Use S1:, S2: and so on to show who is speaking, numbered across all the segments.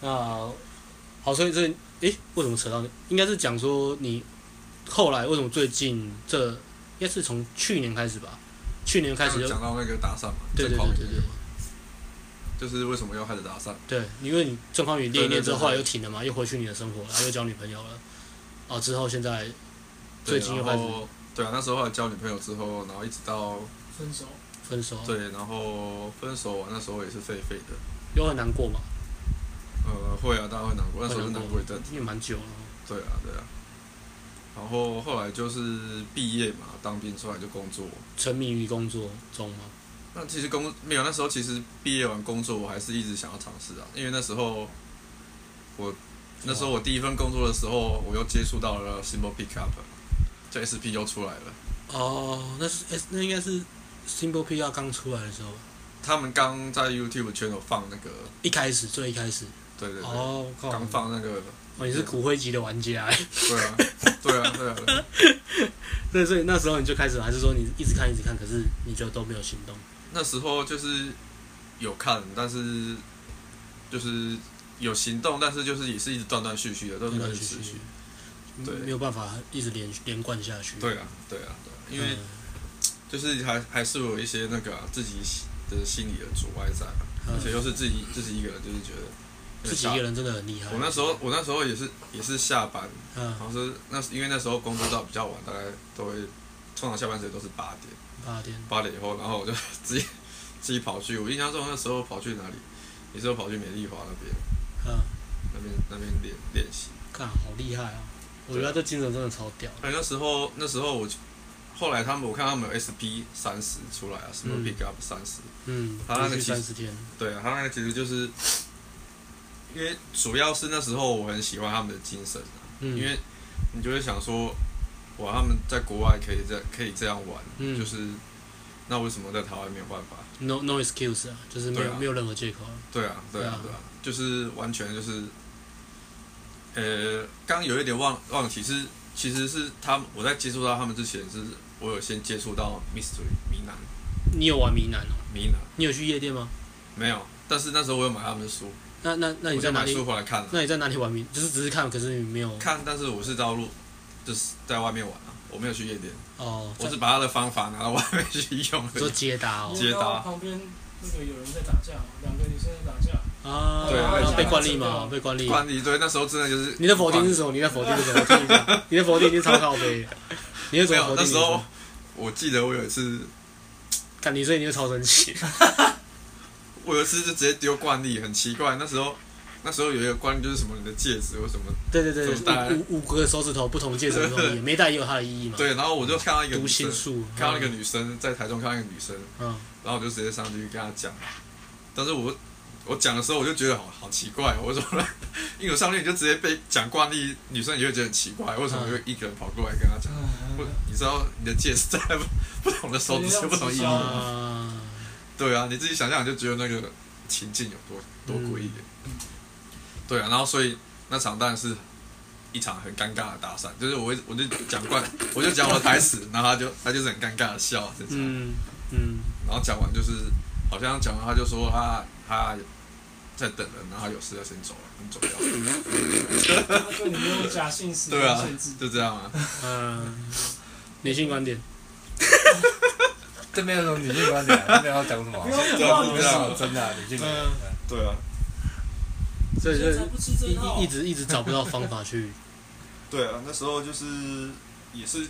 S1: 那好，所以这诶、为什么扯到你？应该是讲说你后来为什么最近这应该是从去年开始吧？去年开始就
S2: 讲到那个搭讪嘛，
S1: 对对对
S2: 郑匡宇
S1: 对
S2: 那个嘛就是为什么要开始搭讪？
S1: 对，因为你正方宇练一练之后，
S2: 对对对对
S1: 后来又停了嘛，又回去你的生活了，然后又交女朋友了。哦，之后现在最近
S2: 对
S1: 又
S2: 然
S1: 开始
S2: 后对啊，那时候后来交女朋友之后，然后一直到
S1: 哦
S3: 分手，
S1: 分手，
S2: 对，然后分手完那时候也是废废的，
S1: 又很难过嘛，
S2: 呃，会啊，当然会难过，那时候
S1: 会
S2: 是
S1: 难
S2: 难
S1: 过
S2: 过一阵子，
S1: 因为蛮久了。
S2: 对啊，对啊。然后后来就是毕业嘛，当兵出来就工作。
S1: 沉迷于工作中吗？
S2: 那其实工没有那时候，其实毕业完工作，我还是一直想要尝试啊，因为那时候我那时候我第一份工作的时候，我又接触到了 Simple Pickup，就 SP 又出来了。
S1: 哦，那是诶那应该是 Simple PR 刚出来的时候吧，
S2: 他们刚在 YouTube 圈有放那个，
S1: 一开始最一开始。
S2: 对对对，
S1: 哦，靠
S2: 刚、放那个，
S1: 哦，你是骨灰级的玩家 欸，
S2: 对啊，对啊，对啊，对啊。
S1: 对，所以那时候你就开始，还是说你一直看一直看，可是你就都没有行动？
S2: 那时候就是有看，但是就是有行动，但是就是也是一直断断续续的，都是
S1: 断
S2: 很
S1: 断续
S2: 持续
S1: 续。，
S2: 对
S1: 没有办法一直连连贯下去。
S2: 对啊，对啊，对啊，因为
S1: 嗯
S2: 就是还还是有一些那个啊、自己的心理的阻碍在啊、
S1: 嗯
S2: 而且又是自己自己一个人，就是觉得
S1: 自己一个。人真的很厉害。
S2: 我那时候，我那时候也是也是下班，
S1: 嗯，
S2: 好像是那因为那时候工作到比较晚，大概都会通常下班时间都是八点，
S1: 八点
S2: 八点以后，然后我就自己 自己跑去。我印象中那时候跑去哪里？也是跑去美丽华那边，
S1: 嗯，
S2: 那边那边练练习。
S1: 看好厉害啊！我觉得这精神真的超屌。
S2: 哎，那时候那时候我就后来他们我看他们有 SP 三十出来啊，什么
S1: 嗯
S2: Pick Up 三十、
S1: 嗯，
S2: 他那个
S1: 连续
S2: 其实
S1: 三十天，
S2: 对啊，他那个其实就是因为主要是那时候我很喜欢他们的精神啊、
S1: 嗯，
S2: 因为你就会想说，哇，他们在国外可以这可以这样玩，
S1: 嗯
S2: 就是那为什么在台湾没有办法？
S1: no no excuse 啊，就是没
S2: 对
S1: 有
S2: 啊
S1: 没有任何借口啊。
S2: 对啊，对啊，
S1: 对啊
S2: 对啊，就是完全就是，呃，刚有一点忘忘记，是其实是他们我在接触到他们之前是，我有先接触到 mystery 迷男
S1: 你有玩迷男哦？
S2: 迷男
S1: 你有去夜店吗？
S2: 没有，但是那时候我有买他们的书，
S1: 那那那你
S2: 我
S1: 在
S2: 就
S1: 哪
S2: 买
S1: 里
S2: 书？回来看了、
S1: 那你在哪里玩迷？就是只是看，可是你没有
S2: 看，但是我是到路就是在外面玩啊，我没有去夜店，
S1: 哦。
S2: 我
S1: 在
S2: 是把他的方法拿到外面去用
S1: 你说
S2: 的。
S1: 接搭哦
S2: 接搭
S3: 然后旁边那个有人在打架，两个女生在打架，
S1: 啊，
S2: 对啊
S1: 然后被
S2: 被
S1: 惯力
S3: 打
S1: 嘛，被惯力。
S2: 管理对，那时候真的就是
S1: 你的否定是什么？你的否定是什么？我听一下，你的否定已经超靠背了。你是怎
S2: 没
S1: 么否定
S2: 有那
S1: 女
S2: 时
S1: 生？
S2: 候，我记得我有一次，
S1: 看你所以你会超生 气。
S2: 我有一次就直接丢惯例，很奇怪。那时候那时候有一个惯例就是什么你的戒指或什么，
S1: 对对对，
S2: 怎么打
S1: 五五五个手指头不同戒指不同意，没戴也有它的意义嘛。，
S2: 对，然后我就看到一个
S1: 读
S2: 女
S1: 心
S2: 生，
S1: 术。
S2: 看到一个女生在台中看到一个女生，
S1: 嗯，
S2: 然后我就直接上去跟她讲，但是我我讲的时候我就觉得好好奇怪，我怎么了？因为我上去你就直接被讲惯例，女生也会觉得很奇怪，为什么
S1: 嗯
S2: 会一个人跑过来跟她讲？不，你知道你的戒指在不不 同的手指是不同意义
S3: 嗯
S2: 的。
S1: 啊，
S2: 对啊，你自己想想你就觉得那个情境有多多诡异。对啊，然后所以那场当然是一场很尴尬的搭讪，就是我会我就讲惯，我就讲我的台词，然后他就他就是很尴尬的笑，这样
S1: 嗯嗯，
S2: 然后讲完就是好像讲完他就说他他在等人，然后他有事要先走了，很走掉。
S3: 他对你用假性死
S2: 对啊
S3: 限制，，
S2: 就这样啊。
S1: 嗯，女性观点，
S4: 这边有什么女性观点啊？这边要讲什么啊？
S3: 不用
S4: 这
S3: 不
S2: 对啊
S3: 要
S4: 边
S3: 你
S4: 有什么真的啊女性观点？
S2: 对啊，
S1: 所以就
S3: 才
S1: 是
S3: 不吃这一套
S1: 一一一直一直找不到方法去，
S2: 对啊，那时候就是也是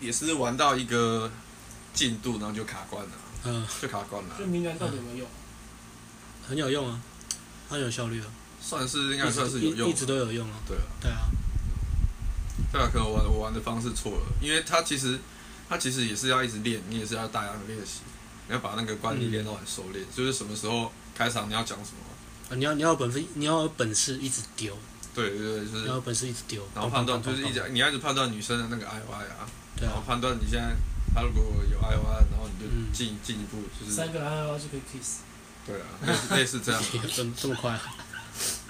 S2: 也是玩到一个进度，然后就卡关了，
S1: 嗯，
S2: 就卡关了
S3: 就。明男到底有没有用？
S1: 很有用啊，很有效率啊，
S2: 算是应该
S1: 一
S2: 算
S1: 直
S2: 是有用
S1: 一
S2: 的
S1: 一直都有用啊，
S2: 对啊，
S1: 对啊，
S2: 对啊，可能我玩我玩的方式错了，因为他其实他其实也是要一直练，你也是要大量的练习，你要把那个观念
S1: 嗯
S2: 练到很熟练，就是什么时候开场你要讲什
S1: 啊
S2: 么，
S1: 你要你要有本事，你要有本事一直丢，
S2: 对对对，就是
S1: 你要有本事一直丢，
S2: 嗯然后判断
S1: 砰砰
S2: 就
S1: 砰
S2: 是一直
S1: 砰砰
S2: 你要一直判断女生的那个 I Y 啊，
S1: 对
S2: 然后
S1: 啊，
S2: 判断你现在她如果有 I Y，然后你
S1: 嗯
S2: 就进进一步就是
S3: 三个男孩就可以 kiss，
S2: 对啊，类似类似 这样啊。
S1: 这么这么快啊，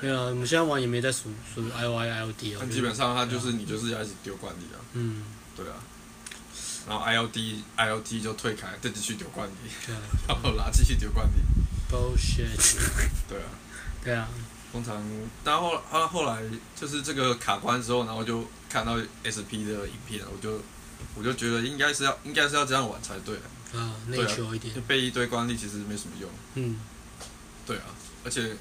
S1: 对啊，我们现在玩也没在数数 I Y I O D 啊
S2: 但，基本上他就是你就是要一直丢惯例啊，
S1: 嗯，
S2: 对啊。然后 I L D I L D 就退开，再继续丢惯例，
S1: 对啊
S2: 然后啦继续丢惯例，
S1: ，bullshit，
S2: 对啊。
S1: 对啊，
S2: 通常，但后后后来就是这个卡关之后，然后就看到 SP 的影片，我就我就觉得应该是要应该是要这样玩才对啊，
S1: 啊，内
S2: 对啊
S1: 求一点
S2: 就，背一堆惯例其实没什么用。
S1: 嗯，
S2: 对啊，而且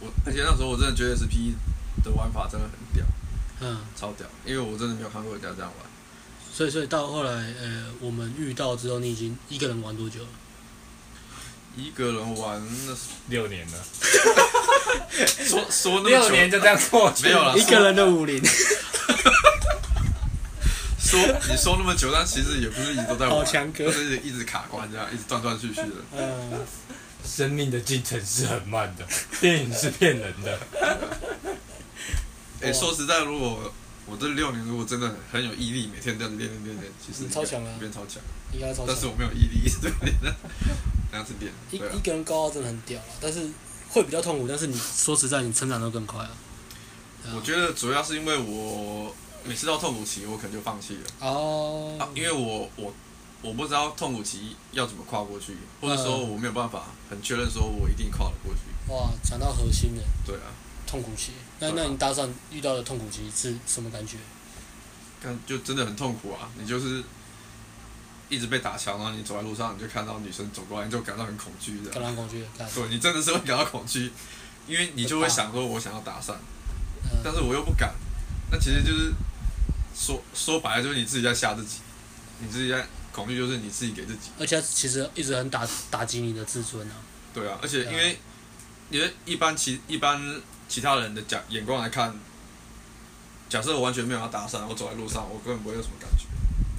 S2: 我而且那时候我真的觉得 SP 的玩法真的很屌，
S1: 嗯，
S2: 超屌，因为我真的没有看过人家这样玩。
S1: 所以所以到后来，呃，我们遇到之后，你已经一个人玩多久了？
S2: 一个人玩那是
S4: 六年了，
S2: 说 说那么
S4: 六
S2: 久，
S4: 年就这样过去，
S2: 没有啦，
S1: 一个人的武林，
S2: 说你说那么久，但其实也不是一直都在玩，
S1: 好强哥
S2: 就是一直卡关这样，一直断断续续的。
S1: 嗯，
S4: 生命的进程是很慢的， 电影是骗人的。
S2: 哎、说实在，如果我这六年如果真的很有毅力，每天这样练练练练，其实
S1: 你超强啊
S2: 变超强。
S1: 应该超
S2: 但是
S1: 强。
S2: 我没有毅力，对不对？这样子 练，
S1: 一
S2: 对啊
S1: 一。个人高傲真的很屌啊，但是会比较痛苦，但是你说实在，你成长的更快啊。
S2: 我觉得主要是因为我每次到痛苦期，我可能就放弃了，
S1: 哦，
S2: 啊、因为我我我不知道痛苦期要怎么跨过去，或者
S1: 嗯
S2: 说我没有办法很确认说我一定跨得过去。
S1: 哇，讲到核心的
S2: 对啊，
S1: 痛苦期，那
S2: 对啊
S1: 那你搭上遇到的痛苦期是什么感觉？
S2: 但就真的很痛苦啊！你就是一直被打枪，然后你走在路上，你就看到女生走过来，你就感到很恐惧的。
S1: 感到恐惧，感，
S2: 啊对你真的是会感到恐惧，因为你就会想说，我想要搭讪，但
S1: 嗯，
S2: 是我又不敢。那其实就是说说白了，就是你自己在吓自己，你自己在恐惧，就是你自己给自己。
S1: 而且它其实一直很打打击你的自尊啊。
S2: 对啊，而且
S1: 对啊
S2: 因为因为一般其一般其他人的假眼光来看，假设我完全没有要搭讪，我走在路上，我根本不会有什么感觉。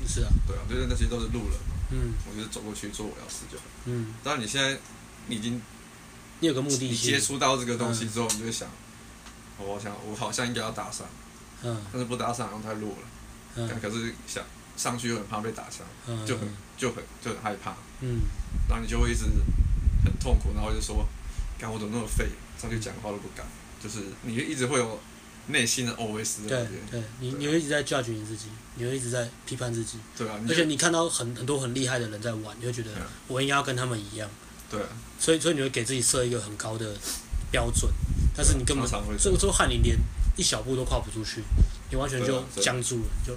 S1: 是啊，
S2: 对啊，就是那些都是路人嘛，
S1: 嗯
S2: 我就是走过去做我要事就好。
S1: 嗯，
S2: 但你现在你已经
S1: 你有个目的
S2: 你接
S1: 性，
S2: 触到这个东西之后，你就会想，哦我好像我好像应该要搭讪，
S1: 嗯
S2: 但是不搭讪好像太弱了。但
S1: 嗯
S2: 可是想上去又很怕被打枪，
S1: 嗯，
S2: 就很就很就很害怕，
S1: 嗯，
S2: 然后你就会一直很痛苦，然后就说，干我怎么那么废，上去讲话都不敢，就是你就一直会有内心的 OS 在
S1: 对
S2: 那边，
S1: 对，你
S2: 对啊
S1: 你会一直在 judge 你自己，你会一直在批判自己，
S2: 对啊，你
S1: 而
S2: 就
S1: 且你看到很很多很厉害的人在玩，你会觉得
S2: 对啊
S1: 我应该要跟他们一样。
S2: 对啊，
S1: 所以所以你会给自己设一个很高的标准，但是你根本
S2: 常常会这
S1: 这
S2: 样
S1: 个时候害你连一小步都跨不出去，你完全
S2: 对
S1: 就
S2: 啊对
S1: 僵住了，就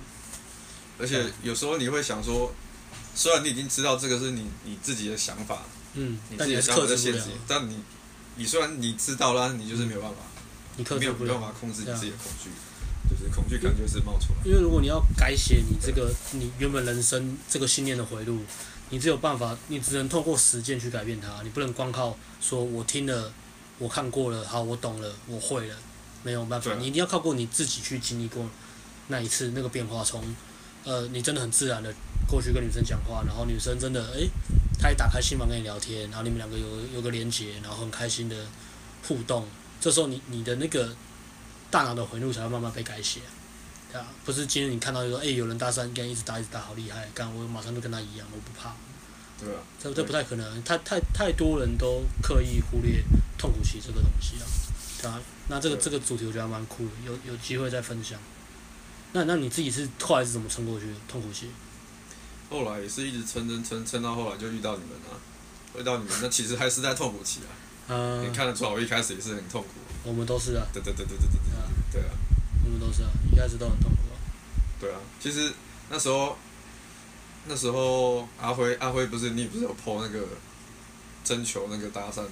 S2: 而且有时候你会想说，虽然你已经知道这个是你你自己的想法，
S1: 嗯，
S2: 你
S1: 但
S2: 自己
S1: 你还
S2: 的
S1: 是
S2: 想法
S1: 克
S2: 在
S1: 制
S2: 限
S1: 不
S2: 制
S1: 了
S2: 你，，但你你虽然你知道了，你就是没有办法，
S1: 你克
S2: 没
S1: 制
S2: 有
S1: 不
S2: 办
S1: 了。
S2: 法控制
S1: 对
S2: 你
S1: 啊
S2: 自己的恐惧，就是恐惧感就是冒出来。
S1: 因为如果你要改写你这个你原本人生这个信念的回路，你只有办法，你只能透过实践去改变它，你不能光靠说我听了，我看过了，好，我懂了，我会了，没有办法，
S2: 对啊
S1: 你一定要靠过你自己去经历过那一次那个变化，从呃你真的很自然的过去跟女生讲话，然后女生真的诶，她也打开心房跟你聊天，然后你们两个有有个连接，然后很开心的互动，这时候你你的那个大脑的回路才会慢慢被改写。对啊，不是今天你看到就说，哎、有人搭讪，干一直搭一直搭，好厉害，干我马上就跟他一样，我不怕，
S2: 对啊，
S1: 这这不太可能，太太太多人都刻意忽略痛苦期这个东西啊，对啊，那这个
S2: 对
S1: 这个主题我觉得还蛮酷的，有有机会再分享。那那你自己是后来是怎么撑过去的痛苦期？
S2: 后来也是一直撑撑撑撑到后来就遇到你们啊，遇到你们那其实还是在痛苦期啊。
S1: 嗯、
S2: 你看得出来，我一开始也是很痛苦。
S1: 我们都是啊，
S2: 对对对对对对
S1: 对啊，
S2: 对对啊，
S1: 我们都是啊，一开始都很痛苦啊，
S2: 对啊。其实那时候，那时候阿辉阿辉不是你不是有 PO 那个征求那个搭讪吗？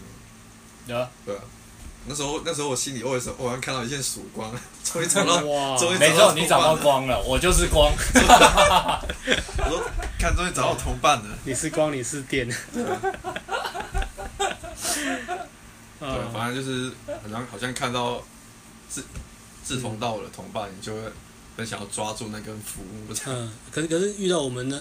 S4: 有
S2: 对啊。那时候那时候我心里 OS 偶然看到一线曙光，啊终于找到，
S1: 哇
S2: 终于
S4: 没
S2: 找
S4: 错，
S2: 到
S4: 你
S2: 同
S4: 找到
S2: 伴了。
S4: 光了，我就是光。
S2: 我说 看，终于找到同伴了。
S1: 你是光，你是 电，
S2: 对，
S1: 啊，
S2: 反正就是好像好像看到志志同道合的同伴，你就会很想要抓住那根浮木这 样。
S1: 嗯，可是可是遇到我们呢，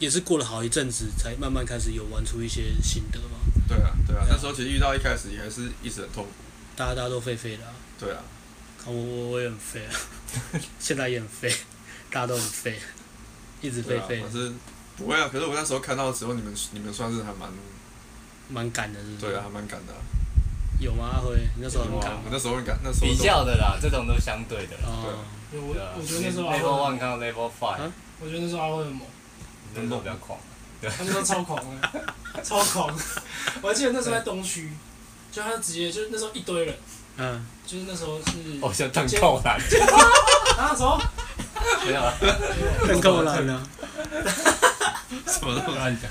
S1: 也是过了好一阵子，才慢慢开始有玩出一些心得嘛。
S2: 对啊，对啊
S1: 对啊，
S2: 那时候其实遇到一开始也还是一直很痛苦。
S1: 大家大家都废废的、啊，
S2: 对啊，
S1: 看我我我也很废啊，现在也很废，大家都很废，一直
S2: 对
S1: 废废
S2: 啊，可
S1: 的，
S2: 是不会啊。可是我那时候看到的时候，你们你们算是还蛮
S1: 蛮赶的，是不是？
S2: 对啊，还蛮敢的啊、
S1: 有吗？阿辉，你那时候很
S2: 有
S1: 赶
S2: 啊我
S1: 吗？
S2: 那时候很敢，那时候
S4: 比
S2: 都
S4: 较的啦，这种都相对的啦。
S1: 哦，
S3: 有我
S4: 对啊
S3: 我觉得那时候阿
S4: level one
S3: 辉，
S4: 看到 level
S1: 啊
S4: five，
S3: 我觉得那时候阿辉很猛，
S4: 那时候比较狂。
S3: 他那时候超狂的，超狂。我还记得那时候在东区，就他直接就是那时候一堆人，
S1: 嗯，
S3: 就是那时候是，
S4: 我想当扣篮，
S3: 那时候
S4: 没有啊，
S1: 更够烂了。
S2: 什么都
S4: 乱讲。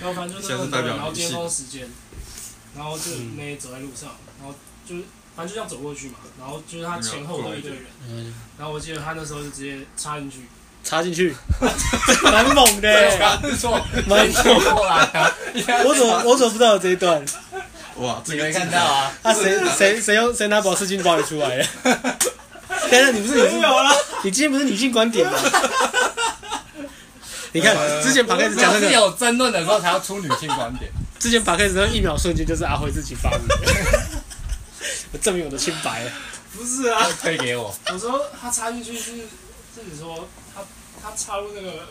S3: 然后反正就
S2: 像
S3: 那
S2: 是
S3: 个
S2: 代表
S3: 然后
S2: 女性
S3: 尖峰时间，然后就是
S1: 嗯
S3: 妹走在路上，然后就是反正就这样走过去嘛，然后就是他前后都一堆人，
S1: 嗯，
S3: 然后我记得他那时候就直接插进去，
S1: 插进 去，蛮猛的
S4: 我
S2: 啊
S1: 欸，
S4: 刚刚是说
S1: 蛮猛。
S4: 扣篮啊，
S1: 欸我怎么我怎么不知道有这一段？
S2: 哇，
S4: 你
S2: 这个
S4: 没看到啊？
S1: 啊，谁谁谁用谁拿保释金包你出来了？等一下，你不是你有了？你今天不是女性观点 吗？你看，
S2: 呃
S1: 之前把开始讲那
S4: 是
S1: 个，
S4: 有争论的时候才要出女性观点，
S1: 之前把开始那一秒瞬间就是阿辉自己发明的，我证明我的清白了。
S3: 不是啊，
S4: 推给我。
S3: 我说他插进去是是你说他他插入那个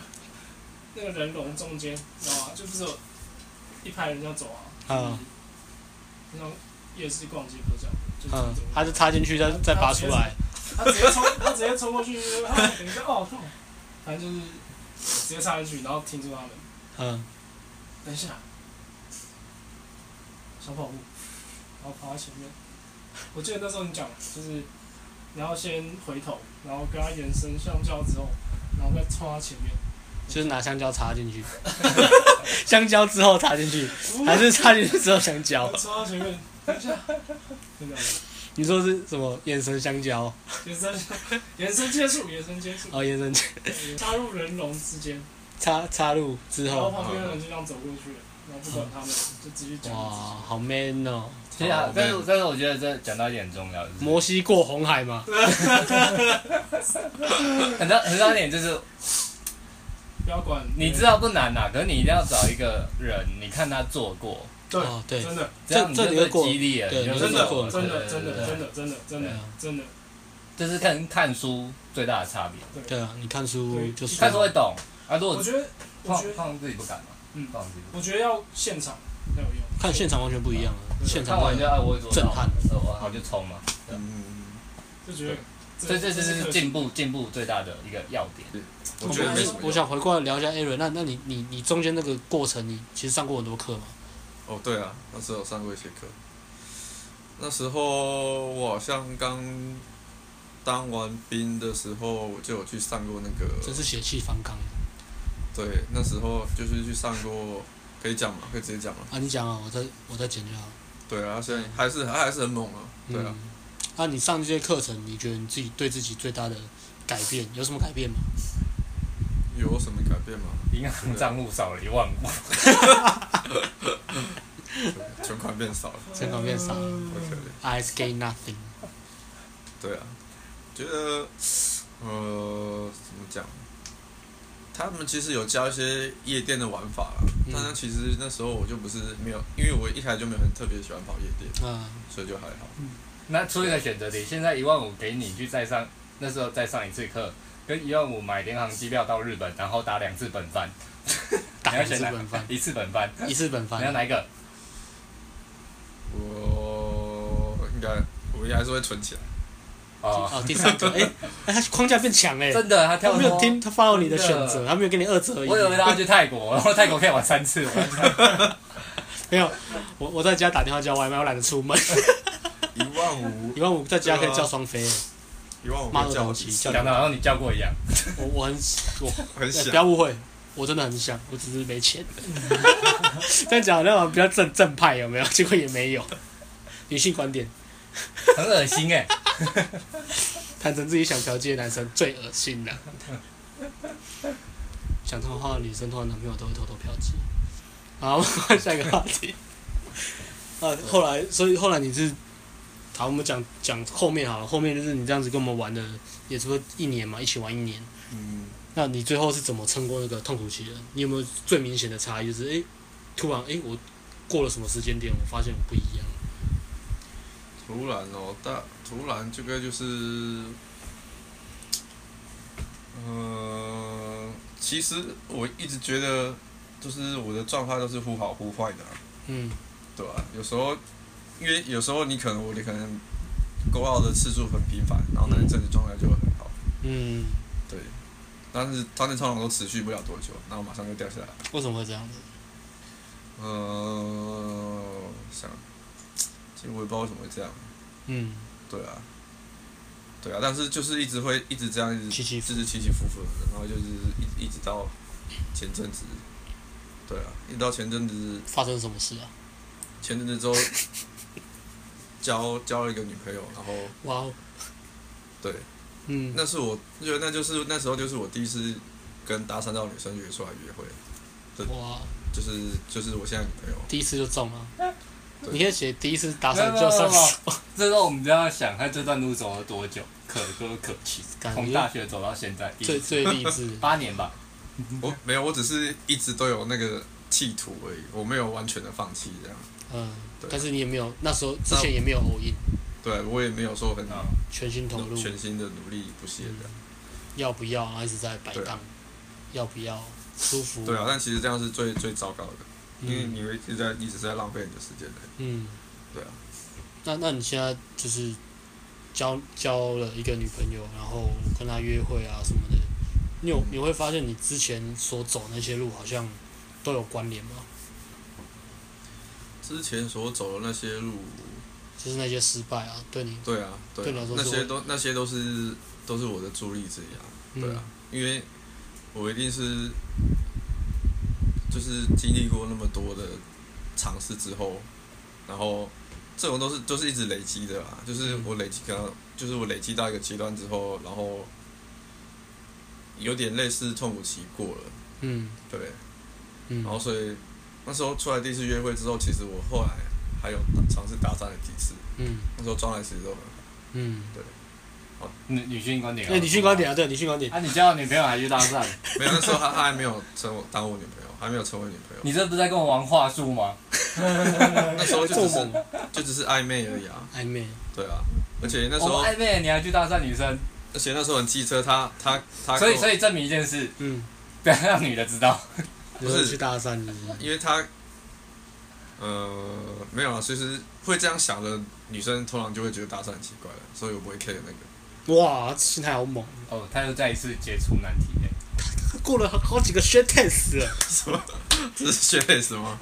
S3: 那个人龙中间，你知道吗？就不是有一排人要走啊，
S1: 啊，
S3: 那种夜市逛街不是这样，就是
S1: 嗯
S3: 这样走，
S1: 他就插进去，再再拔出来，
S3: 他直接冲，他直接冲过去，就是啊等一下哦，痛反正就是直接插进去，然后停住他们，
S1: 嗯，
S3: 等一下，小跑步，然后跑到前面。 我记得那时候你讲，就是你要先回头，然后跟他延伸相交之后，然后再冲他前面。
S1: 就是拿香蕉插进去， 香蕉之后插进去，还是插进去之后香蕉？
S3: 冲到前面，等一下， 就这样
S1: 你说是什么？眼神香蕉？
S3: 延伸延伸接触，延伸接触，
S1: 哦，眼神
S3: 插入人龙之间，
S1: 插插入之
S3: 然
S1: 后，
S3: 后旁边的人就这样走过去了，然后不管他们，就继续讲
S1: 哇
S3: 自己。，
S1: 好 man 哦！
S4: 其实啊，但是但是我觉得这讲到一点很重要，就是
S1: 摩西过红海嘛，
S4: 很重很重要一点就是
S3: 不要管
S4: 你知道不难呐、可是你一定要找一个人，你看他做过，
S3: 对
S1: 哦对
S3: 真的
S4: 这样你就
S1: 这这你
S4: 被
S1: 就过
S4: 激励了，
S1: 对
S4: 你就
S1: 你
S3: 真的
S1: 做过
S4: 过，
S3: 真的
S4: 对
S3: 真的真的
S4: 对
S3: 真的
S4: 对
S3: 真的真
S1: 对
S3: 的
S1: 啊
S3: 真的
S4: 这是看看书最大的差别，
S1: 对啊，你看书
S3: 对
S1: 就是
S4: 看书会懂啊，如
S3: 我
S4: 果
S3: 觉得我
S4: 放
S3: 觉得
S4: 放自己不敢嘛，
S3: 嗯
S4: 放自己不
S3: 我觉得要现场才有用，
S1: 看现场完全不一样了，
S3: 对
S1: 现
S4: 敢，看
S1: 场
S4: 完就
S1: 会
S4: 啊，我也做到
S1: 震撼，
S4: 呃我好就冲嘛，
S2: 嗯，
S3: 就觉得
S4: 所以这这
S3: 可
S4: 是
S3: 行
S4: 进步进步最大的一个要点。
S2: 我觉得没什么
S1: 我
S2: 用。
S1: 想回过来聊一下 Aaron，那那你你你中间那个过程，你其实上过很多课嘛？
S2: 哦，对啊，那时候有上过一些课。那时候我好像刚当完兵的时候，我就有去上过那个，
S1: 真是血气方刚
S2: 对，那时候就是去上过，可以讲嘛，可以直接讲嘛。
S1: 啊！你讲啊，我再我再剪就好。
S2: 对啊，现在还是还还是很猛啊，对啊。
S1: 嗯，那你上这些课程，你觉得你自己对自己最大的改变有什么改变吗？
S2: 有什么改变吗？
S4: 银行账户少了一万五，
S2: 存款变少了，
S1: 成长变少了
S2: 我觉得。
S1: ，I s gain nothing。
S2: 对啊，觉得呃怎么讲？他们其实有教一些夜店的玩法啦，
S1: 嗯
S2: 但是其实那时候我就不是没有，因为我一开始就没有很特别喜欢跑夜店，
S1: 嗯，
S2: 所以就还好。
S4: 那出一个选择题，现在一万五给你去再上，那时候再上一次课，跟一万五买联航机票到日本，然后打两次本番，
S1: 打
S4: 你要
S1: 一次
S4: 选哪
S1: 本 番，
S4: 一次本番，
S1: 一次本
S4: 你要
S1: 番，
S4: 哪一个？
S2: 我应该我应该还是会存起来，
S4: 哦，
S1: 哦，第三个，哎哎，他框架变强哎，
S4: 真的，他
S1: 他
S4: 跳
S1: 没有
S4: 脱。
S1: 听，他 follow 你的选择，他没有给你二择一。
S4: 我以为他要去泰国，然后泰国可以玩三次，
S1: 没有，我我在家打电话叫外卖，我懒得出门。
S2: 一万五
S1: 一万五在家可以叫双飞，
S2: 一万五
S1: 妈
S2: 会
S1: 的
S2: 叫我
S1: 东
S2: 几
S1: 西
S2: 次，
S1: 叫
S4: 讲的好像你教过一样。
S1: 我我很我
S2: 很
S1: 哎
S2: 想
S1: 不要误会，我真的很想，我只是没钱。这样讲那种比较正正派有没有？结果也没有。女性观点，
S4: 很恶心哎、
S1: 坦诚自己想嫖妓的男生最恶心了。想通话的女生，通常男朋友都会偷偷嫖妓。好，我 们换下一个话题。啊，后来，所以后来你是，好，我们讲讲后面好了。后面就是你这样子跟我们玩的，也差不多一年嘛，一起玩一年。
S2: 嗯，
S1: 那你最后是怎么撑过那个痛苦期的？你有没有最明显的差异？就是诶，突然诶，我过了什么时间点，我发现我不一样。
S2: 突然哦，大突然这个就是，呃，其实我一直觉得，就是我的状态都是忽好忽坏的啊、
S1: 嗯
S2: 对吧、有时候，因为有时候你可能我的可能勾傲的次数很频繁，然后那一阵子状态就会很好，
S1: 嗯，
S2: 对。但是他那通常都持续不了多久，然后马上就掉下来。
S1: 为什么会这样子？
S2: 呃，想，其实我也不知道为什么会这样，
S1: 嗯，
S2: 对啊，对啊，但是就是一直会一直这样，一直
S1: 起起伏
S2: 一直起起伏伏的，然后就是一一直到前阵子，对啊，一直到前阵子，
S1: 发生什么事啊？
S2: 前阵子之后交交了一个女朋友，然后
S1: 哇哦，
S2: 对，
S1: 嗯，
S2: 那是我我觉得那就是那时候就是我第一次跟搭讪到女生约出来约会，
S1: 哇，
S2: 就是就是我现在女朋友，
S1: 第一次就中了
S2: 对。
S1: 你可以写第一次打
S4: 没有
S1: 伞
S4: 没
S1: 就
S4: 有
S1: 算
S4: 没有这时候我们就要想，他这段路走了多久，可歌可泣，
S1: 感觉
S4: 从大学走到现在，
S1: 最最励志。
S4: 八年吧。
S2: 我没有，我只是一直都有那个企图而已，我没有完全的放弃这样，
S1: 嗯
S2: 对，
S1: 但是你也没有那时候之前也没有偶印，
S2: 对我也没有说很
S4: 嗯，
S1: 全心投入，
S2: 全心的努力不懈这样。
S1: 要不要然后一直在摆
S2: 对啊
S1: 荡，要不要舒服？
S2: 对啊，但其实这样是最最糟糕的，因为
S1: 嗯
S2: 你会一直在一直在浪费你的时间的。
S1: 嗯，
S2: 对啊。
S1: 那那你现在就是交交了一个女朋友，然后跟她约会啊什么的，你有你会发现你之前所走那些路好像都有关联吗？
S2: 之前所走的那些路，
S1: 就是那些失败啊，对你，
S2: 对啊，对
S1: 对
S2: 啊
S1: 你来说
S2: 那
S1: 是
S2: 些
S1: 我
S2: 都那些都是都是我的助力之一啊。
S1: 嗯、
S2: 对啊，因为我一定是就是经历过那么多的尝试之后，然后这种都是都是一直累积的啦，就是
S1: 嗯
S2: 我累积到，就是我累积到一个阶段之后，然后有点类似痛苦期过了，
S1: 嗯
S2: 对。
S1: 嗯，
S2: 然后所以那时候出来第一次约会之后，其实我后来还有尝试搭讪了几次，
S1: 嗯
S2: 那时候状态其实都很好。
S1: 嗯，
S4: 女女性观点啊。
S1: 哎、你去观点啊，对，你去观点，
S4: 啊！你交了女朋友还去搭讪，
S2: 没有，那时候她她还没有成我当我女朋友，还没有成为女朋友。
S4: 你这不是在跟我玩话术吗？
S2: 那时候就只
S1: 这
S2: 是
S1: 么
S2: 就只是暧昧而已啊，
S1: 暧昧，
S2: 对啊，而且那时
S4: 我
S2: 候
S4: 们，哦暧昧了你还去搭讪女生，
S2: 而且那时候很机车，他他他，
S4: 所以
S2: 以
S4: 所以证明一件事，
S1: 嗯，
S4: 不要让女的知道。
S1: 有
S2: 不
S1: 人
S2: 是
S1: 去搭讪你，
S2: 因为他，呃，没有啊，其实会这样想的女生，通常就会觉得搭讪很奇怪了，所以我不会 care 那个，
S1: 哇，心态好猛，
S4: 哦，他又再一次解除难题耶。
S1: 他过了好好几个 shit test 了，
S2: 这是血泪史吗？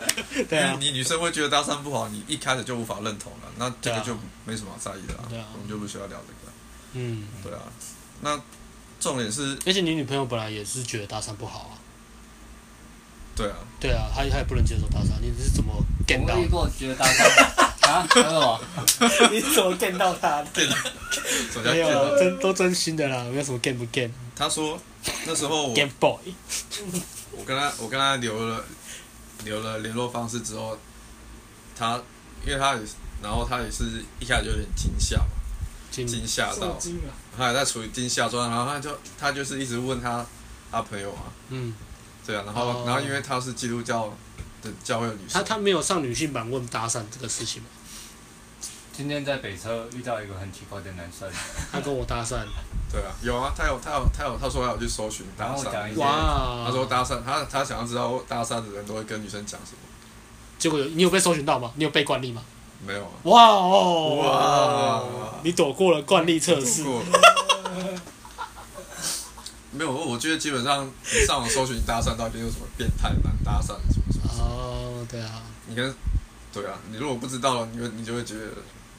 S1: 对啊
S2: 因为，你女生会觉得搭讪不好，你一开始就无法认同了，那这
S1: 对
S2: 个
S1: 啊
S2: 就没什么好在意的啊
S1: 对啊
S2: 我们就不需要聊这
S1: 嗯，
S2: 个，对啊，那重点是，
S1: 而且你女朋友本来也是觉得搭讪不好啊，
S2: 对啊，
S1: 对啊，她她也不能接受搭讪，你是怎么 get
S4: 我
S1: 到
S4: 遇？过觉得搭讪 啊，还有什么？
S1: 你怎么 get 到她的？
S2: 什么叫
S1: 没有
S2: get
S1: 啊，
S2: 到
S1: 真都真心的啦，没有什么 get 不 get
S2: 他说那时候我
S1: get boy，
S2: 我跟他我跟他留了留了联络方式之后，他因为他也是，然后他也是一开始有点惊吓嘛，
S1: 经
S2: 惊吓
S3: 这么
S2: 到，
S3: 精啊！
S2: 他也在处于惊吓状态，然后他就他就是一直问他他朋友啊，
S1: 嗯，
S2: 对啊，然后、
S1: 哦
S2: 然后因为他是基督教的教会的女
S1: 她
S2: 生，
S1: 她没有上女性版问搭讪这个事情嘛，
S4: 今天在北车遇到一个很奇怪的男生，
S1: 她跟我搭讪，
S2: 对啊，有啊，他有他有他有他说要去搜寻搭
S4: 然后讲
S1: 嗯
S2: 讪，
S4: 一些
S1: 哇，
S2: 他说搭讪，他他想要知道搭讪的人都会跟女生讲什么，
S1: 结果有你有被搜寻到吗？你有被惯例吗？
S2: 没有啊，
S1: 哇哦，
S2: 哇
S1: 你躲过了惯例测试，
S2: 过。 没有，我我觉得基本上你上网搜寻搭讪到底有什么变态男搭讪什么什么，
S1: 哦，对啊，
S2: 你跟对啊，你如果不知道，你会你就会觉得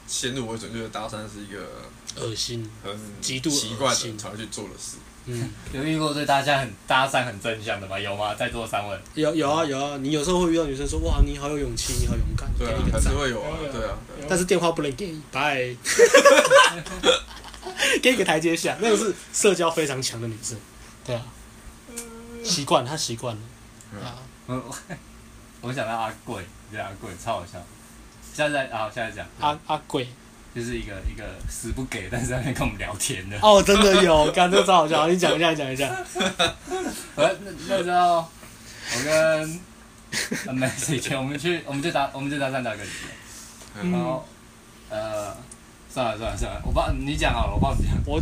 S2: 先入为主，觉得搭讪是一个
S1: 恶心，
S2: 很
S1: 极度恶心
S2: 奇怪的人才会去做的事。
S1: 嗯，
S4: 有遇过对大家很搭讪很正向的吗？有吗？在座三位，
S1: 有有啊有啊，你有时候会遇到女生说哇你好有勇气，你好勇敢，
S2: 对
S1: 给
S2: 啊
S1: 你一，个
S2: 还是
S1: 赞，
S2: 会有啊，
S3: 有有
S2: 对啊，
S3: 有
S1: 但是电话不能给你， 拜，给你个台阶下，那个是社交非常强的女生，对啊，习惯她习惯了，
S2: 嗯
S1: 啊，
S4: 我我我想到阿贵，对阿贵超好笑。现在啊，现在讲
S1: 阿阿贵，
S4: 就是一个一个死不给，但是在那边跟我们聊天的。
S1: 哦真的有，感觉超好笑，你讲一下你讲一下，
S4: 呃，那那时候我跟呃没以前我们去我们去打我们去搭讪打个底，然
S1: 嗯，
S4: 后呃算了算了算了，我帮你讲好了，我帮 你讲。
S1: 我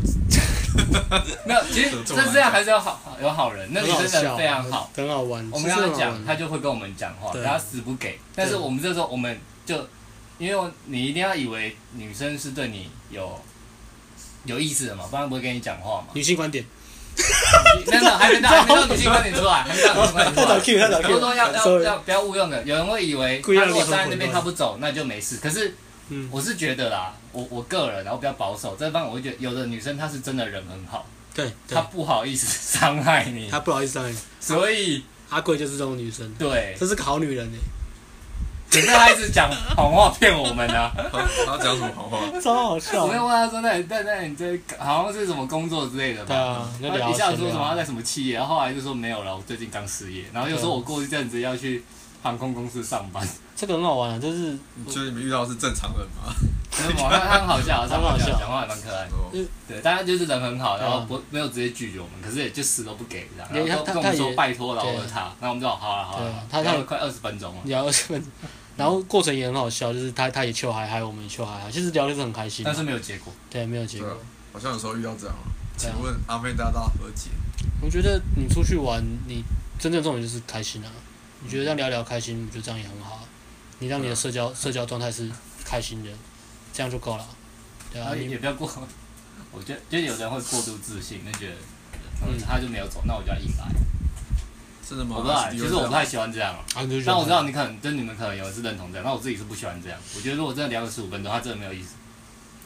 S4: 没有，其实
S2: 这
S4: 这这样还是有好有好人，那
S1: 很
S4: 女
S1: 好
S4: 生真
S1: 笑，
S4: 的非常好。
S1: 很好玩，
S4: 我们
S1: 是
S4: 跟
S1: 真
S4: 她
S1: 的好
S4: 讲，
S1: 玩
S4: 她就会跟我们讲话，
S1: 对
S4: 然后死不给。但是我们这时候我们就，因为你一定要以为女生是对你有有意思的嘛，不然不会跟你讲话 嘛。
S1: 女性观点，
S4: 没有没有，还没到还没到女性观点出来，还没到女性观点出
S1: 他
S4: 来
S1: 找。Q 他找
S4: 如果
S1: Q，
S4: 说要要
S1: sorry
S4: 要不要误用的，有人会以为他
S1: 故意让
S4: 如果
S1: 你
S4: 站在那
S1: 很混
S4: 边
S1: 乱
S4: 他不走，那就没事。可是
S1: 嗯
S4: 我是觉得啦，我我个人然后比较保守这方，我会觉得有的女生她是真的人很好，
S1: 对，对
S4: 她不好意思 伤害你
S1: 她，不好意思让你，
S4: 所以
S1: 阿贵就是这种女生，
S4: 对，
S1: 这是个好女人哎、
S4: 可是她一直讲谎话骗我们 啊。
S2: 他他讲什么好话？
S1: 超好
S4: 我
S1: 笑
S4: 会问他说：“那你那那你这好像是什么工作之类的
S1: 对
S4: 吧？”
S1: 啊，那
S4: 他
S1: 聊
S4: 一下子
S1: 闲
S4: 说什么
S1: 聊
S4: 他在什么企业，然后后来就说没有了，我最近刚失业，然后又
S1: 啊
S4: 说我过一阵子要去航空公司上 班，
S1: 这个很好玩啊，就是
S2: 你觉得你们遇到的是正常人吗？
S4: 所以网上他很好笑，他很好笑，讲话也蛮
S1: 哎
S4: 可爱的。
S2: 哦
S4: 对，但他就是人很好，
S1: 对
S4: 然
S1: 啊
S4: 后不没有直接拒绝我们，可是也就死都不给，然后
S1: 对
S4: 然后
S1: 他
S4: 跟我们
S1: 他
S4: 说
S1: 也
S4: 拜托饶了
S1: 对
S4: 他，那我们就好好了好
S1: 对
S4: 了，
S1: 他
S4: 聊
S1: 他
S4: 了快二十分钟了，
S1: 聊二十分钟，然后过程也很好笑，就是他他也求嗨嗨，我们也求嗨嗨，其实聊的是很开心啊、
S4: 但是没有结果。
S1: 对，没有结
S2: 对
S1: 果
S2: 啊。，好像有时候遇到这样啊。
S1: 对
S2: 请
S1: 啊
S2: 问阿妹大大和解？
S1: 我觉得你出去玩，你真正重点就是开心啊。你觉得这样聊聊开心，我觉得这样也很好啊。你让你的社交社交状态是开心的，这样就够了。对
S4: 然
S1: 啊，
S4: 后也
S1: 你
S4: 也不要过，我觉得就有人会过度自信，就觉得嗯
S1: 嗯
S4: 他就没有走，那我就要硬来。
S2: 真的吗？
S4: 我不知道，
S2: 是
S4: 其
S2: 有
S4: 实我
S2: 这样
S4: 不太喜欢这样。
S1: 啊，你嗯就觉得
S4: 但我知道你可能，就是你们可能有人是认同这样，那我自己是不喜欢这样。我觉得如果真的聊个十五分钟，他真的没有意思。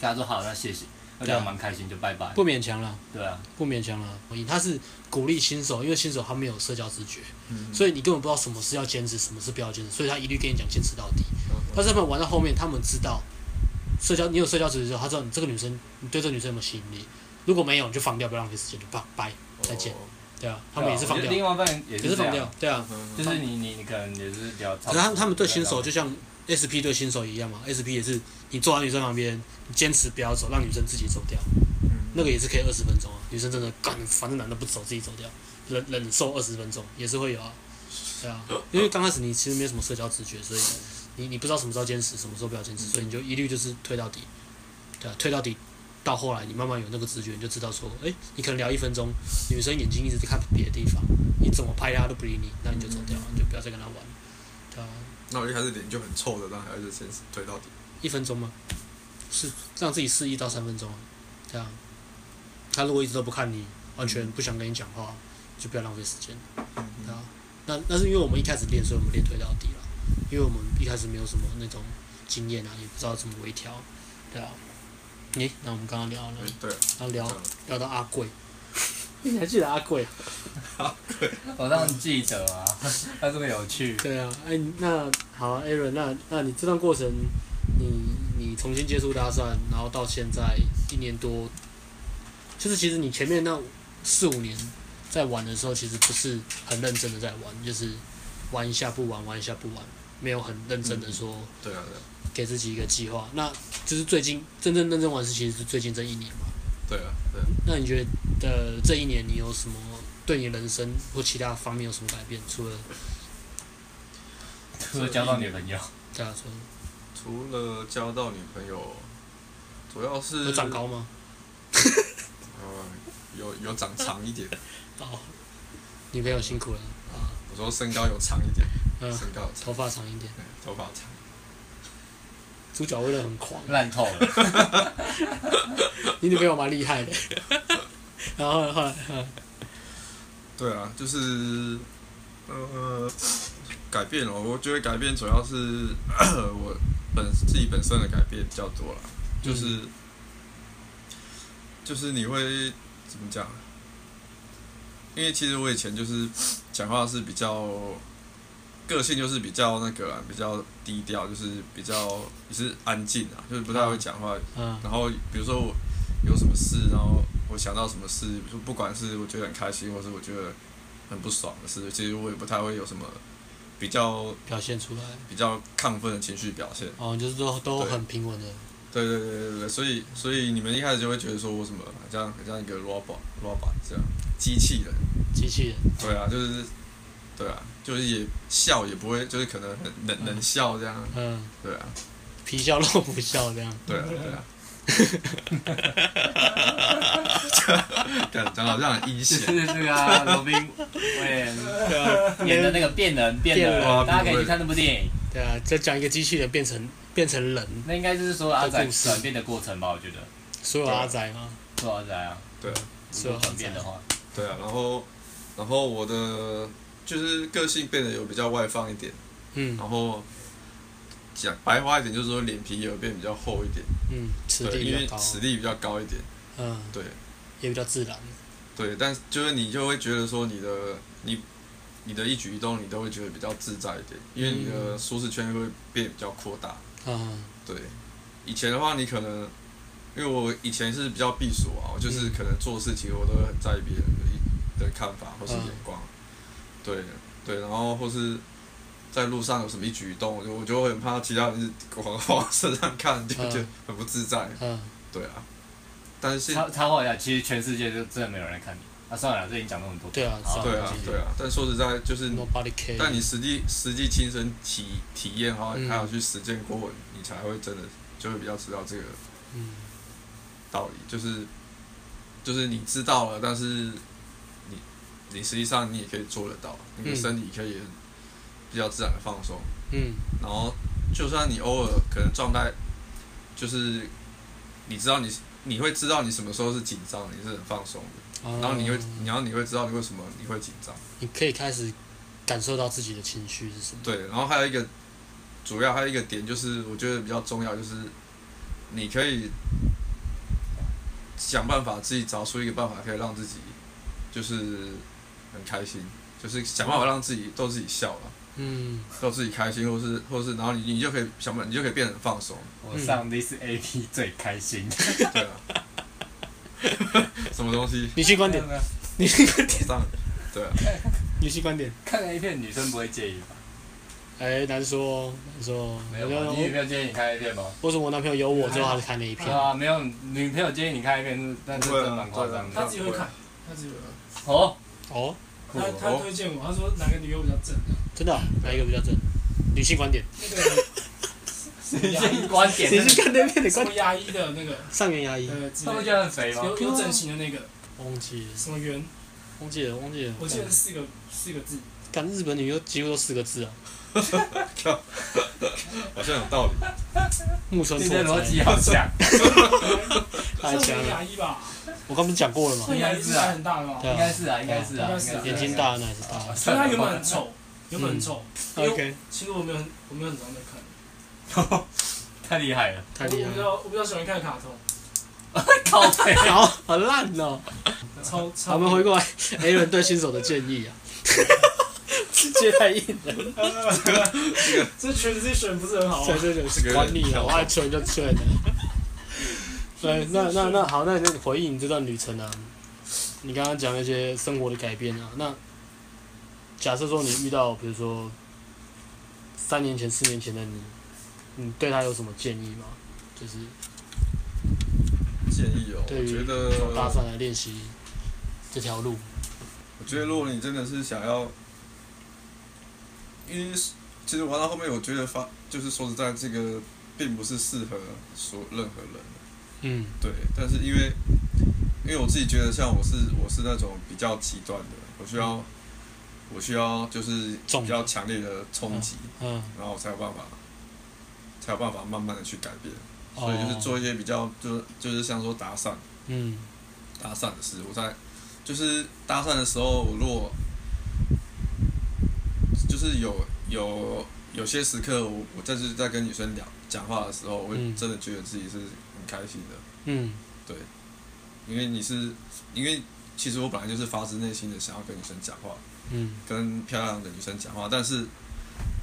S4: 跟他说好，那谢谢，那聊得蛮开心，就拜拜。
S1: 啊不勉强了，
S4: 对啊，
S1: 不勉强了。他是鼓励新手，因为新手他没有社交直觉，
S2: 嗯
S1: 所以你根本不知道什么是要坚持，什么是不要坚持，所以他一律跟你讲坚持到底。
S2: 嗯
S1: 但是他们玩到后面，他们知道社交，你有社交值的时候，他知道你这个女生，你对这个女生有没有吸引力。如果没有，你就放掉，不要浪费时间，就拜拜。再见
S2: 哦
S1: 对啊，他们也是放
S4: 对
S1: 掉
S4: 啊我觉得，另外一半也
S1: 也是
S4: 这
S1: 放
S4: 样
S1: 掉，，对啊。
S2: 嗯
S4: 就是你你你可能也是比较差不多。
S1: 可是他他们对新手就像 SP 对新手一样嘛，SP 也是你坐在女生旁边，你坚持不要走，让女生自己走掉，那个也是可以二十分钟啊。女生真的干，反正男的不走，自己走掉，忍忍受二十分钟也是会有啊。对啊，因为刚开始你其实没有什么社交直觉，所以你你不知道什么时候坚持，什么时候不要坚持，所以你就一律就是推到底，对啊，推到底。到后来，你慢慢有那个直觉，你就知道说，哎、你可能聊一分钟，女生眼睛一直在看别的地方，你怎么拍她都不理你，那你就走掉，你就不要再跟她玩，对啊。
S2: 那我一开始脸就很臭的，但还是先推到底。
S1: 一分钟吗？是让自己适应到三分钟啊，这样。他如果一直都不看你，完全不想跟你讲话，就不要浪费时间，
S2: 嗯
S1: 对啊。那那是因为我们一开始练，所以我们练推到底了，因为我们一开始没有什么那种经验啊，也不知道怎么微调，对啊。诶、那我们刚刚聊了
S2: 哎，对啊，
S1: 要聊
S2: 这样
S1: 聊到阿贵，你还记得阿贵？
S4: 我当然记得啊，他这么有趣。
S1: 对啊，哎、那好啊，Aaron，那那你这段过程，你你重新接触搭讪，然后到现在一年多，就是其实你前面那四五年在玩的时候，其实不是很认真的在玩，就是玩一下不玩，玩一下不玩，没有很认真的说
S2: 对啊，对啊
S1: 给自己一个计划。那就是最近真正认真玩是，其实是最近这一年嘛。
S2: 对啊，对啊。
S1: 那你觉得这一年你有什么对你人生或其他方面有什么改变？除了
S4: 除了交到女朋友，
S1: 对啊，除了
S2: 除了交到女朋友，主要是
S1: 有长高吗？
S2: 呃，有有长长一点。
S1: 哦，女朋友辛苦了啊，
S2: 我说身高有长一点，
S1: 嗯，
S2: 身高有长，
S1: 头发长一点，
S2: 对头发长。
S1: 主角为了很狂，
S4: 烂 透了。
S1: 你女朋友蛮厉 害的。然后后来，嗯
S2: 对啊，就是呃，改变了。哦我觉得改变主要是我本自己本身的改变比较多了，就是、就是你会怎么讲？因为其实我以前就是 讲话是比较个性，就是比较那个啊、比较低调，就是比较也是安静啊，就是不太会讲话，
S1: 嗯
S2: 然后比如说我有什么事，然后我想到什么事，就不管是我觉得很开心，或是我觉得很不爽的事，其实我也不太会有什么比较
S1: 表现出来，
S2: 比较亢奋的情绪表现。
S1: 哦，就是都都
S2: 对
S1: 很平稳的，
S2: 对对对对对，所以所以你们一开始就会觉得说我什么好像很像一个 robot robot 这样机器人，
S1: 机器人，
S2: 对啊，就是对啊，就是也笑也不会，就是可能很能能笑这样，
S1: 嗯，
S2: 对啊
S1: 皮笑肉不笑这样，
S2: 对啊对啊。讲讲得好像很阴
S4: 就
S2: 险，
S4: 是那个啊罗宾威廉啊演的那个变人，变
S1: 变
S4: 人
S2: 人，
S4: 大家可以去看那部电影。
S1: 对啊，再讲一个机器人变成变成人，
S4: 那应该就是说阿
S1: 这
S4: 仔
S1: 故事
S4: 转变的过程吧？我觉得，
S1: 所有
S2: 对啊
S1: 阿仔嘛，
S4: 说阿仔啊，
S2: 对啊。
S1: 所
S4: 如
S1: 有阿
S4: 果转
S1: 仔
S4: 变的，话，
S2: 对啊，然后然后我啊的就是个性变得有比较外放一点，
S1: 嗯
S2: 然后讲白话一点，就是说脸皮有变比较厚一点，
S1: 嗯，吃
S2: 对，
S1: 力比
S2: 因为
S1: 较高，
S2: 实力比较高一点，
S1: 嗯，
S2: 对
S1: 也比较自然，
S2: 对，但就是你就会觉得说你的你你的一举一动你都会觉得比较自在一点，因为你的舒适圈会变比较扩大。
S1: 嗯
S2: 对，以前的话你可能，因为我以前是比较避暑啊，我就是
S1: 嗯
S2: 可能做事情我都会很在意别人的一的看法或是
S1: 嗯
S2: 眼光，对对，然后或是在路上有什么一举一动，我就我就会很怕其他人是往 往我身上看，就
S1: 嗯
S2: 觉得很不自在，
S1: 嗯，
S2: 对啊。但是现
S4: 插插话一下，其实全世界就真的没有人来看你。啊，算了，这已经讲那么多。
S1: 对啊
S4: 好
S1: 算
S2: 对
S1: 了
S2: 啊对啊，但说实在就是，
S1: nobody care，
S2: 但你实际实际亲身体体验哈，
S1: 嗯
S2: 还有去实践过，你才会真的就会比较知道这个
S1: 嗯
S2: 道理，就是就是你知道了，但是你你实际上你也可以做得到，你的
S1: 嗯
S2: 身体可以比较自然的放松，
S1: 嗯
S2: 然后就算你偶尔可能状态就是你知道你你会知道你什么时候是紧张，你是很放松的，
S1: 啊，
S2: 然后你会然后你会知道你为什么你会紧张，
S1: 你可以开始感受到自己的情绪是什么，
S2: 对，然后还有一个主要还有一个点就是我觉得比较重要就是你可以想办法自己找出一个办法，可以让自己就是很开心，就是想办法让自己逗自己笑 了，
S1: 嗯，
S2: 逗自己开心，或是 或是然后你你就可以想办法，你就可以变得很放松，
S4: 我上 this A P 最开心。
S2: 对啊， 什么东西
S1: 女性观点，
S3: 没有没有
S1: 女性
S2: 上对啊，
S1: 女性观点，
S4: 看 A 片女生不会介意吧？
S1: 哎，难说难说，
S4: 没有啊
S1: 我
S4: 吧，你女
S1: 我
S4: 朋友介意你看 A 片吗？
S1: 为什么我男朋友有我之后他就看那一
S4: 对
S1: 片？
S4: 啊，没有女朋友介意你看 A 片，是但是真的蛮夸张
S3: 他
S4: 的。
S3: 自己会看，他自己会看。
S4: 哦，
S1: 哦，
S4: 酷
S3: 他
S4: 哦
S3: 他推荐我，他说哪个女优比较正，
S1: 真的啊哪一个比较正？女性观点，
S3: 那个什么
S4: 女
S3: 牙
S4: 性
S3: 医
S4: 观点，
S1: 你是看那片的
S3: 什
S1: 观
S3: 么牙医的那个
S1: 上元牙医，
S3: 呃之
S4: 他们
S3: 类
S4: 觉
S3: 的，
S4: 得很肥吗？
S3: 有有整形的那个
S1: 忘记了，
S3: 什么圆，
S1: 忘记了，忘记了。
S3: 我记得是四个四个字，
S1: 干日本女优几乎都四个字啊，
S2: 好像有道理，
S1: 木村
S4: 你
S1: 拓
S4: 的逻辑啊
S1: 哉太
S4: 好强，
S3: 是
S1: 强
S3: 我
S1: 了。
S3: 牙医吧？
S1: 我刚不是讲过了吗？
S3: 那牙医是还很大的嘛
S1: 对，
S4: 应
S1: 啊
S4: 该，是啊，应该是啊，啊
S1: 眼睛大的那也是大的。
S3: 所以他原本很丑，原本很丑，因为
S1: OK，
S3: 其实我没有很我没有很常在看，
S4: 太厉害了，
S1: 太厉
S3: 我
S1: 害
S3: 比较
S1: 了，
S3: 我比较喜欢看卡通，
S4: 靠背。
S1: 好好烂哦。
S3: 超
S1: 好
S3: 超。
S1: 我们 回过来 A 人对新手的建 议啊， 直接太硬了，
S3: 这 transition 不是很好啊
S1: 在。这就是管你了，我爱吹就吹了。对，那那那好，那你回忆你这段旅程啊，你刚刚讲那些生活的改变啊，那假设说你遇到比如说三年前、四年前的你，你对他有什么建议吗？就是
S2: 建议哦，
S1: 对
S2: 我
S1: 于
S2: 觉得
S1: 从搭讪来练习这条路，
S2: 我觉得如果你真的是想要，因为其实玩到后面，我觉得发就是说实在，这个并不是适合所任何人的
S1: 嗯
S2: 对。但是因为因为我自己觉得，像我是我是那种比较极端的，我需要我需要就是
S1: 重
S2: 比较强烈的冲击，
S1: 嗯，
S2: 然后我才有办法才有办法慢慢的去改变。所以
S1: 哦
S2: 就是做一些比较就是就是像说搭讪。
S1: 嗯
S2: 搭讪的事，我在就是搭讪的时候，我如果就是有有有些时刻我，我在就是在跟女生聊讲话的时候，我会
S1: 嗯
S2: 真的觉得自己是很开心的，
S1: 嗯
S2: 因为你是因为其实我本来就是发自内心的想要跟女生讲话，
S1: 嗯
S2: 跟漂亮的女生讲话，但是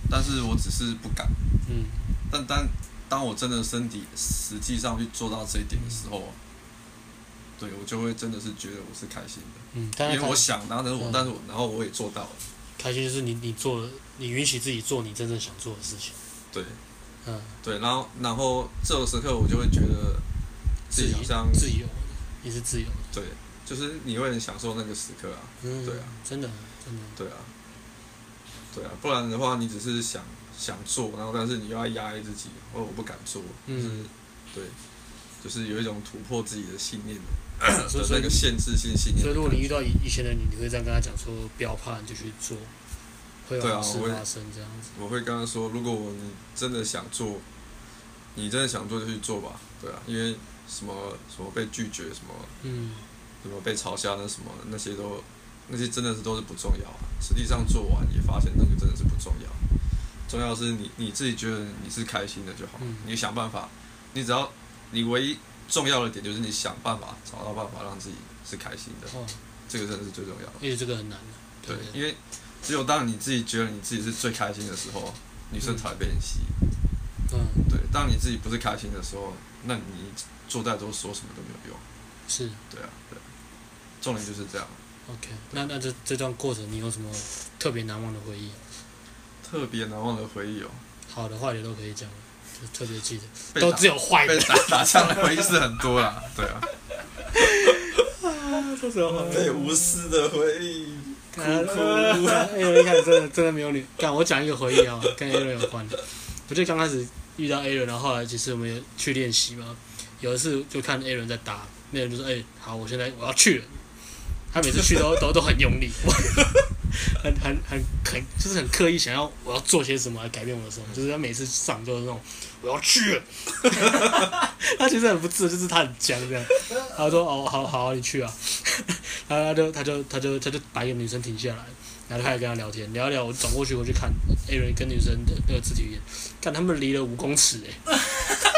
S2: 但是我只是不敢，
S1: 嗯
S2: 但当当我真的身体实际上去做到这一点的时候，对我就会真的是觉得我是开心的。
S1: 嗯，但是
S2: 因为
S1: 他
S2: 我想，然后但是我
S1: 嗯，
S2: 但是我，然后我也做到了，
S1: 开心就是你你做了，你允许自己做你真正想做的事情。
S2: 对
S1: 嗯，
S2: 对，然后然后这种时刻我就会觉得自己好像
S1: 自由的，也是自由的。
S2: 对，就是你会很享受那个时刻啊，
S1: 嗯，
S2: 对啊，
S1: 真的真的，
S2: 对啊，对啊，不然的话你只是想想做，然后但是你又要压抑自己，或者我不敢做，就是、
S1: 嗯
S2: 对，就是有一种突破自己的信念的
S1: 所以所
S2: 那
S1: 以
S2: 个限制性信念
S1: 所以
S2: 的
S1: 如果
S2: 感
S1: 你遇
S2: 觉。
S1: 到以以前的你，你会这样跟他讲说不要怕，你就去做，会有
S2: 对啊
S1: 好事
S2: 我也
S1: 发生这样子。
S2: 我会跟他说，如果我你真的想做，你真的想做就去做吧，对啊，因为什么什么被拒绝什么。
S1: 嗯
S2: 什么被嘲笑那什么那些都那些真的是都是不重要啊。实际上做完也发现那个真的是不重要，重要的是你你自己觉得你是开心的就好，
S1: 嗯
S2: 你想办法，你只要你唯一重要的点就是你想办法找到办法让自己是开心的，
S1: 哦，
S2: 这个真的是最重要的。
S1: 因为这个很难的，
S2: 对
S1: 对不，对，
S2: 因为只有当你自己觉得你自己是最开心的时候，女生才会被你吸引。
S1: 嗯，
S2: 对，当你自己不是开心的时候，那你做再多说什么都没有用。
S1: 是
S2: 对啊，对啊重点就是这样。
S1: OK。那那这这段过程你有什么特别难忘的回忆？
S2: 特别难忘的回忆哦，
S1: 好的、坏的都可以讲，就特别记得，
S2: 被
S1: 都
S2: 打
S1: 只有坏
S2: 被
S1: 的，
S2: 打 打枪的回忆是很多啦。对啊，
S1: 都只有坏的。
S2: 被无私的回忆。
S1: 哭哭！哎呦，一开始真的真的没有女，干我讲一个回忆啊、跟 A 人有关的。我就刚开始遇到 A 人，然后后来其实我们有去练习嘛，有一次就看 A 人在打，那人就说：“哎、好，我现在我要去了。”他每次去都都都很用力， 我很很很很就是很刻意想要我要做些什么来改变我的生活，就是他每次上就是那种我要去了， 他其实很不自，就是他很僵这样。他说：“哦，好好啊，你去啊。”然后他就他就他就他就把一个女生停下来，然后就开始跟她聊天，聊一聊。我转过去我去看 A 人跟女生的那个肢体语言，看他们离了五公尺哎、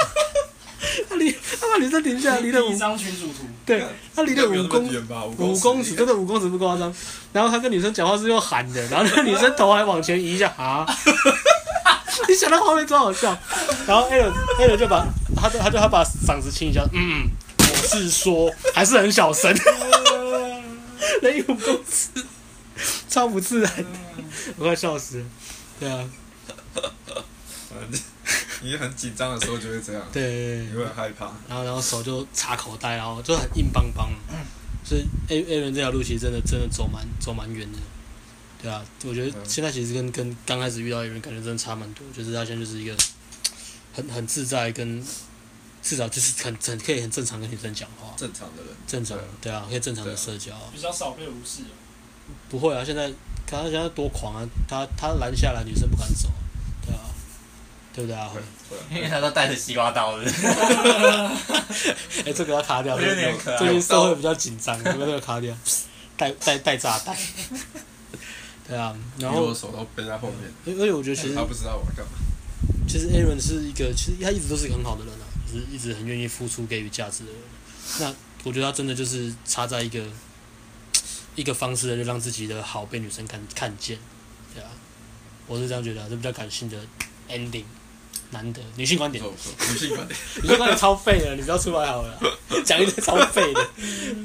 S1: 他离他把女生停下来，离了
S3: 第一
S1: 五
S3: 张群主图，
S1: 对，他离了五公
S2: 远吧，五
S1: 五公尺，真的五公尺不夸张。然后他跟女生讲话是用喊的，然后那女生头还往前移一下，啊， 你想到画面超好笑。然后 A 伦 A 伦就把他就他就他把嗓子清一下，嗯，我是说还是很小声，雷五公尺，超不自然，我快笑死了。对啊，
S2: 你很紧张的时候就会这样，
S1: 对对对
S2: 你会很害怕。
S1: 然后然后手就插口袋，然后就很硬邦邦。
S2: 嗯
S1: 所以 A A 人这条路其实真的真的走蛮走蛮远的，对啊，我觉得
S2: 嗯
S1: 现在其实跟跟刚开始遇到 A 人感觉真的差蛮多，就是他现在就是一个很很自在跟。至少就是很很可以很正常跟女生讲话，
S2: 正常的人，
S1: 正常
S2: 对啊
S1: 对啊，可以正常的
S2: 对啊
S1: 社交啊、
S3: 比较少被无视了。
S1: 不会啊，现在他现在多狂啊，他他拦下来女生不敢走，对啊，对不对啊？
S2: 会会啊
S4: 因为他都带着西瓜刀的，
S1: 哎、这个要卡掉，
S4: 我觉得有点可爱
S1: 最近社会比较紧张，这个要卡掉，带带带炸 弹。对啊，然
S2: 因为我
S1: 后
S2: 手都背在后面，哎
S1: 而而且我觉得其实
S2: 他不知道我干嘛。
S1: 其实 Aaron 是一个，其实他一直都是一个很好的人啊，就是一直很愿意付出给予价值的人。那我觉得他真的就是差在一个一个方式，就让自己的好被女生看看见，对啊，我是这样觉得、啊，这比较感性的 ending，难得女性观
S2: 不
S1: 点
S2: 错，不错，女性 观点。
S1: 女性观点超废的，你不要出来好了 啊，讲一堆超废的，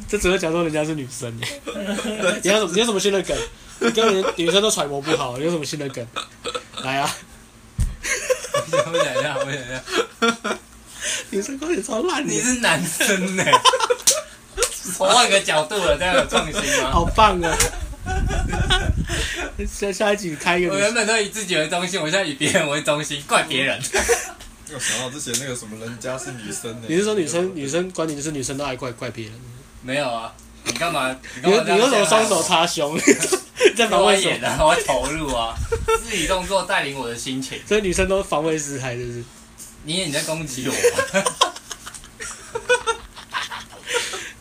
S1: 这只会讲说人家是女生 欸你有什么你有什么新的梗？你跟人女生都揣摩不好，你有什么新的梗？来啊！
S4: 我想一下，我想一下，
S1: 女生观点超烂的，
S4: 你是男生呢、我换个角度了，这样有创新吗？
S1: 好棒啊！下下一集开一个
S4: 我
S1: 女
S4: 原本都以自己为中心，我现在以别人为中心，怪别人。
S2: 我想到之前那个什么人家是女生呢？啊
S1: 你是说女生女生观点就是女生都爱怪怪别人？
S4: 没有啊，你干嘛？
S1: 你
S4: 你干嘛这
S1: 你
S4: 样啊
S1: 为什么双手
S4: 陷
S1: 插胸？ 你在
S4: 害
S1: 防
S4: 我？我
S1: 卫什
S4: 演
S1: 么？
S4: 的，我投入 啊，肢体动作带领我的心情。
S1: 所以女生都防卫失态，是不是？
S4: 你也你在攻击我，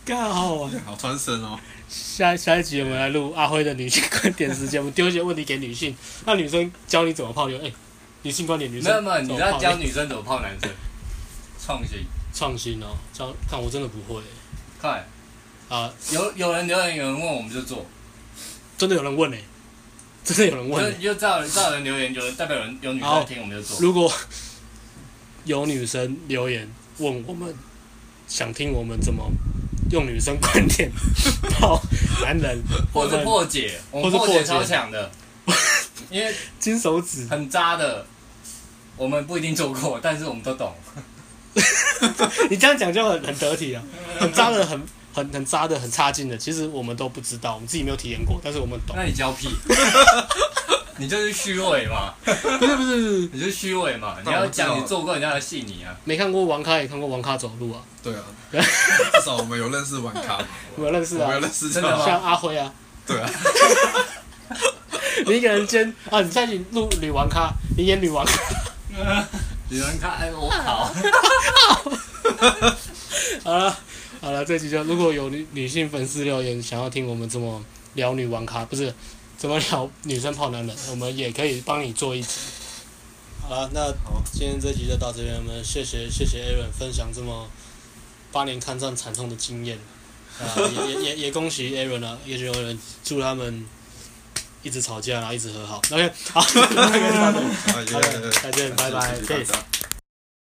S1: 干好好玩！
S2: 好穿身哦，
S1: 下下一集我们来录阿辉的女性观点时间，我们丢一些问题给女性，让女生教你怎么泡妞。哎、女性观点， 女
S4: 没有
S1: 生
S4: 没有，
S1: 怎
S4: 你
S1: 么
S4: 在
S1: 泡
S4: 教
S1: 妞？
S4: 女生怎么泡男生，创新。
S1: 创新哦，教看我真的不会
S4: 快，
S1: 啊、
S4: 有有人留言，有人问，我们就做。
S1: 真的有人问呢、真的有人问、
S4: 就
S1: 欸。
S4: 就知道知道有人留言，就代表有人有女生
S1: 好
S4: 在听，我们就做。
S1: 如果有女生留言问我们，想听我们怎么用女生观 点泡男人，
S4: 或者破解，我们
S1: 或者
S4: 破解
S1: 破解
S4: 超强 的，因为
S1: 金手指，
S4: 很渣的，我们不一定做过，但是我们都懂。
S1: 你这样讲就很很得体啊，很渣的，很很很渣的，很差劲的。其实我们都不知道，我们自己没有体验过，但是我们懂。
S4: 那 你教屁？你就是虚伪嘛，
S1: 不是不是不是。
S4: 你就是虚伪嘛！你
S2: 但
S4: 要
S2: 我知道
S4: 讲你做过，人家才信你啊。
S1: 没看过王咖也看过王咖走路啊，
S2: 对 啊，至少我们有认识玩咖，
S1: 我有认识
S2: 我们有
S1: 啊，
S2: 认识
S4: 真的吗
S1: 像阿辉啊，
S2: 对啊，
S1: 你一个人兼啊，你下去录女王咖，你演女王咖，
S4: 有人看，哎，我好，
S1: 好了好了，这集就如果有女女性粉丝留言想要听我们怎么聊女王咖，不是怎么聊女生泡男人，我们也可以帮你做一集，好了，那
S2: 好
S1: 今天这集就到这边，我们谢谢谢谢 Aaron 分享这么八年抗战惨痛的经验，啊、也也也也恭喜 Aaron 啊，也许 Aaron 祝他们一直吵架，然后一直和好。OK，好，那个差不多
S2: 啊，耶
S1: 好的再见拜拜
S2: 谢谢大家